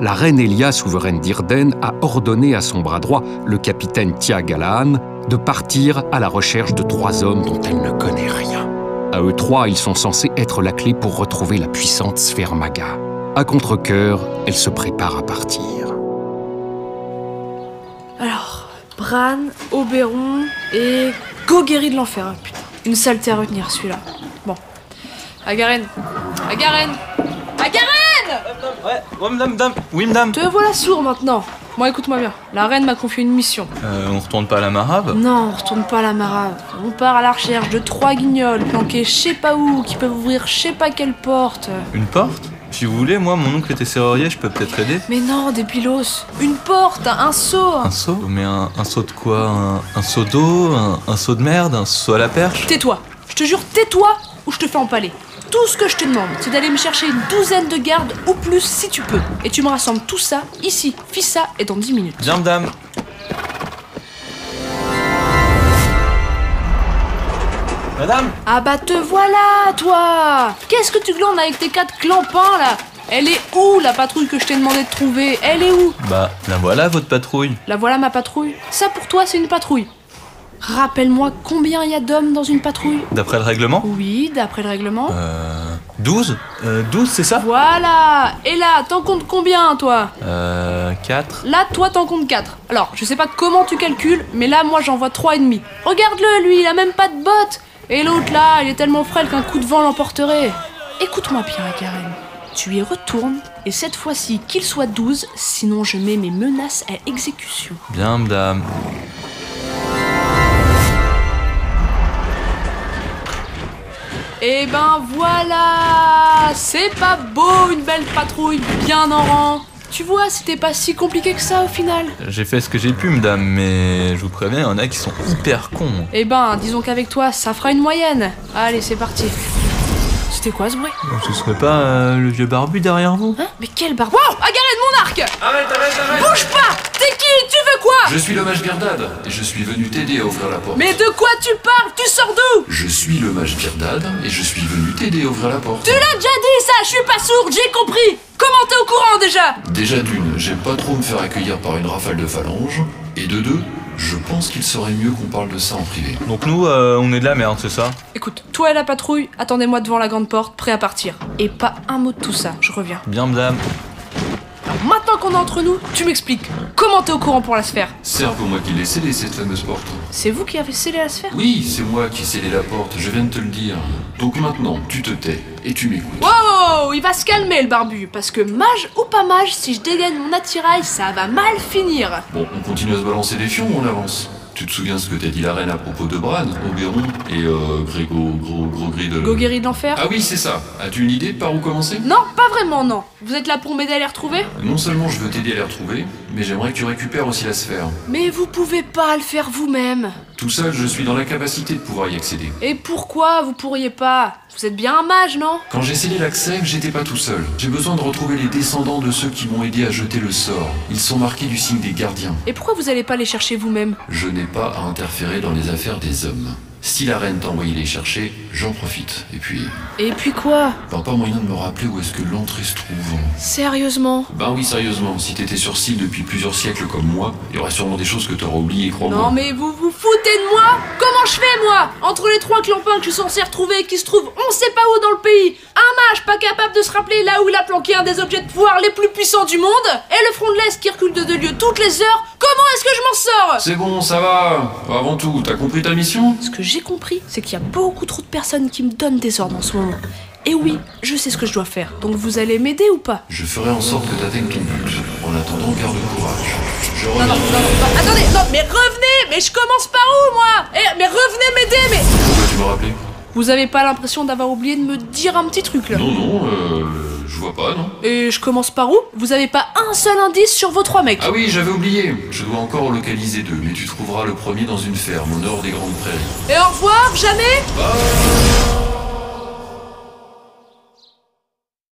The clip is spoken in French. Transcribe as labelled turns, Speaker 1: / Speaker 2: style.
Speaker 1: La reine Elia, souveraine d'Irden, a ordonné à son bras droit, le capitaine Tia Galaan, de partir à la recherche de trois hommes dont elle ne connaît rien. À eux trois, ils sont censés être la clé pour retrouver la puissante sphère Maga. À contre-coeur, elle se prépare à partir.
Speaker 2: Alors, Bran, Oberon et Goguerri de l'enfer. hein, putain, une saleté à retenir celui-là. Bon. Agaren Agaren Agaren
Speaker 3: Ouais, ouais, madame, madame. Oui, madame.
Speaker 2: Te voilà sourd maintenant Bon, écoute-moi bien. La reine m'a confié une mission.
Speaker 3: Euh, on retourne pas à la marave
Speaker 2: Non, on retourne pas à la marave. On part à la recherche de trois guignols planqués je sais pas où, qui peuvent ouvrir je sais pas quelle porte.
Speaker 3: Une porte Si vous voulez, moi, mon oncle était serrurier, je peux peut-être aider.
Speaker 2: Mais non, des pilos Une porte, un seau
Speaker 3: Un seau Mais un, un seau de quoi un, un seau d'eau un, un seau de merde Un seau à la perche
Speaker 2: Tais-toi Je te jure, tais-toi ou je te fais empaler. Tout ce que je te demande, c'est d'aller me chercher une douzaine de gardes ou plus si tu peux. Et tu me rassembles tout ça, ici, fis ça, et dans 10 minutes.
Speaker 3: Bien, madame. Madame
Speaker 2: Ah bah te voilà, toi Qu'est-ce que tu glandes avec tes quatre clampins, là Elle est où, la patrouille que je t'ai demandé de trouver Elle est où
Speaker 3: Bah, la voilà, votre patrouille.
Speaker 2: La voilà, ma patrouille. Ça, pour toi, c'est une patrouille. Rappelle-moi combien il y a d'hommes dans une patrouille
Speaker 3: D'après le règlement
Speaker 2: Oui, d'après le règlement.
Speaker 3: Euh... 12 euh, 12, c'est ça
Speaker 2: Voilà Et là, t'en comptes combien, toi
Speaker 3: Euh... 4
Speaker 2: Là, toi, t'en comptes 4. Alors, je sais pas comment tu calcules, mais là, moi, j'en vois 3,5. Regarde-le, lui, il a même pas de bottes Et l'autre, là, il est tellement frêle qu'un coup de vent l'emporterait. Écoute-moi bien, Karen. Tu y retournes, et cette fois-ci, qu'il soit 12, sinon je mets mes menaces à exécution.
Speaker 3: Bien, madame.
Speaker 2: Et ben voilà C'est pas beau, une belle patrouille, bien en rang Tu vois, c'était pas si compliqué que ça, au final
Speaker 3: J'ai fait ce que j'ai pu, madame, mais je vous préviens, il y en a qui sont hyper cons.
Speaker 2: Eh ben, disons qu'avec toi, ça fera une moyenne. Allez, c'est parti. C'était quoi ce bruit
Speaker 3: Ce serait pas euh, le vieux barbu derrière vous
Speaker 2: Hein Mais quel bar... Wow Agarène mon arc
Speaker 4: Arrête, arrête, arrête
Speaker 2: Bouge pas T'es qui Tu veux quoi
Speaker 4: Je suis le mage Gerdad, et je suis venu t'aider à ouvrir la porte.
Speaker 2: Mais de quoi tu parles Tu sors d'où
Speaker 4: Je suis le mage Gerdad, et je suis venu t'aider à ouvrir la porte.
Speaker 2: Tu l'as déjà dit ça Je suis pas sourde, j'ai compris Comment t'es au courant déjà
Speaker 4: Déjà d'une, j'aime pas trop me faire accueillir par une rafale de phalanges, et de deux, je pense qu'il serait mieux qu'on parle de ça en privé.
Speaker 3: Donc nous, euh, on est de la merde, c'est ça
Speaker 2: Écoute, toi et la patrouille, attendez-moi devant la grande porte, prêt à partir. Et pas un mot de tout ça, je reviens.
Speaker 3: Bien, madame.
Speaker 2: Alors maintenant qu'on est entre nous, tu m'expliques. Comment t'es au courant pour la sphère
Speaker 4: C'est pour moi qui l'ai scellé cette fameuse porte.
Speaker 2: C'est vous qui avez scellé la sphère
Speaker 4: Oui, c'est moi qui scellé la porte, je viens de te le dire. Donc maintenant, tu te tais, et tu m'écoutes.
Speaker 2: Wow Il va se calmer le barbu, parce que mage ou pas mage, si je dégaine mon attirail, ça va mal finir.
Speaker 4: Bon, on continue à se balancer des fions ou on avance Tu te souviens ce que t'a dit la reine à propos de Bran, Oberon et euh, Grégo, gros, gros gris de...
Speaker 2: Goguerri de l'enfer
Speaker 4: Ah oui, c'est ça. As-tu une idée de par où commencer
Speaker 2: Non, pas vraiment, non. Vous êtes là pour m'aider à les retrouver
Speaker 4: Non seulement je veux t'aider à les retrouver, mais j'aimerais que tu récupères aussi la sphère.
Speaker 2: Mais vous pouvez pas le faire vous-même.
Speaker 4: Tout seul, je suis dans l'incapacité de pouvoir y accéder.
Speaker 2: Et pourquoi vous pourriez pas Vous êtes bien un mage, non
Speaker 4: Quand j'ai scellé l'accès, j'étais pas tout seul. J'ai besoin de retrouver les descendants de ceux qui m'ont aidé à jeter le sort. Ils sont marqués du signe des gardiens.
Speaker 2: Et pourquoi vous allez pas les chercher vous-même
Speaker 4: Je n'ai pas à interférer dans les affaires des hommes. Si la reine t'a envoyé les chercher, j'en profite. Et puis,
Speaker 2: Et puis quoi
Speaker 4: ben, pas moyen de me rappeler où est-ce que l'entrée se trouve.
Speaker 2: Sérieusement
Speaker 4: Ben oui, sérieusement, si t'étais sur Scylle depuis plusieurs siècles comme moi, il y aurait sûrement des choses que t'auras oubliées, crois-moi.
Speaker 2: Non mais vous vous foutez de moi Comment je fais moi Entre les trois clampins que je suis censé retrouver et qui se trouvent on sait pas où dans le pays, un mage pas capable de se rappeler là où il a planqué un des objets de pouvoir les plus puissants du monde, et le front de l'Est qui recule de deux lieux toutes les heures, comment est-ce que je m'en sors
Speaker 4: C'est bon, ça va. Avant tout, t'as compris ta mission
Speaker 2: Ce que j'ai compris, c'est qu'il y a beaucoup trop de personnes qui me donnent des ordres en ce moment. Et oui, je sais ce que je dois faire, donc vous allez m'aider ou pas
Speaker 4: Je ferai en sorte que t'atteignes ton but. En attendant, garde courage. Je
Speaker 2: Non, non,
Speaker 4: reviens.
Speaker 2: non, non, non, attendez, non, mais revenez Mais je commence par où moi Eh, mais revenez m'aider, mais...
Speaker 4: Pourquoi tu m'as rappelé
Speaker 2: Vous avez pas l'impression d'avoir oublié de me dire un petit truc là
Speaker 4: Non, non, euh, je vois pas, non
Speaker 2: Et je commence par où Vous avez pas un seul indice sur vos trois mecs
Speaker 4: Ah oui, j'avais oublié. Je dois encore localiser deux, mais tu trouveras le premier dans une ferme au nord des Grandes Prairies.
Speaker 2: Et au revoir, jamais
Speaker 4: Bah,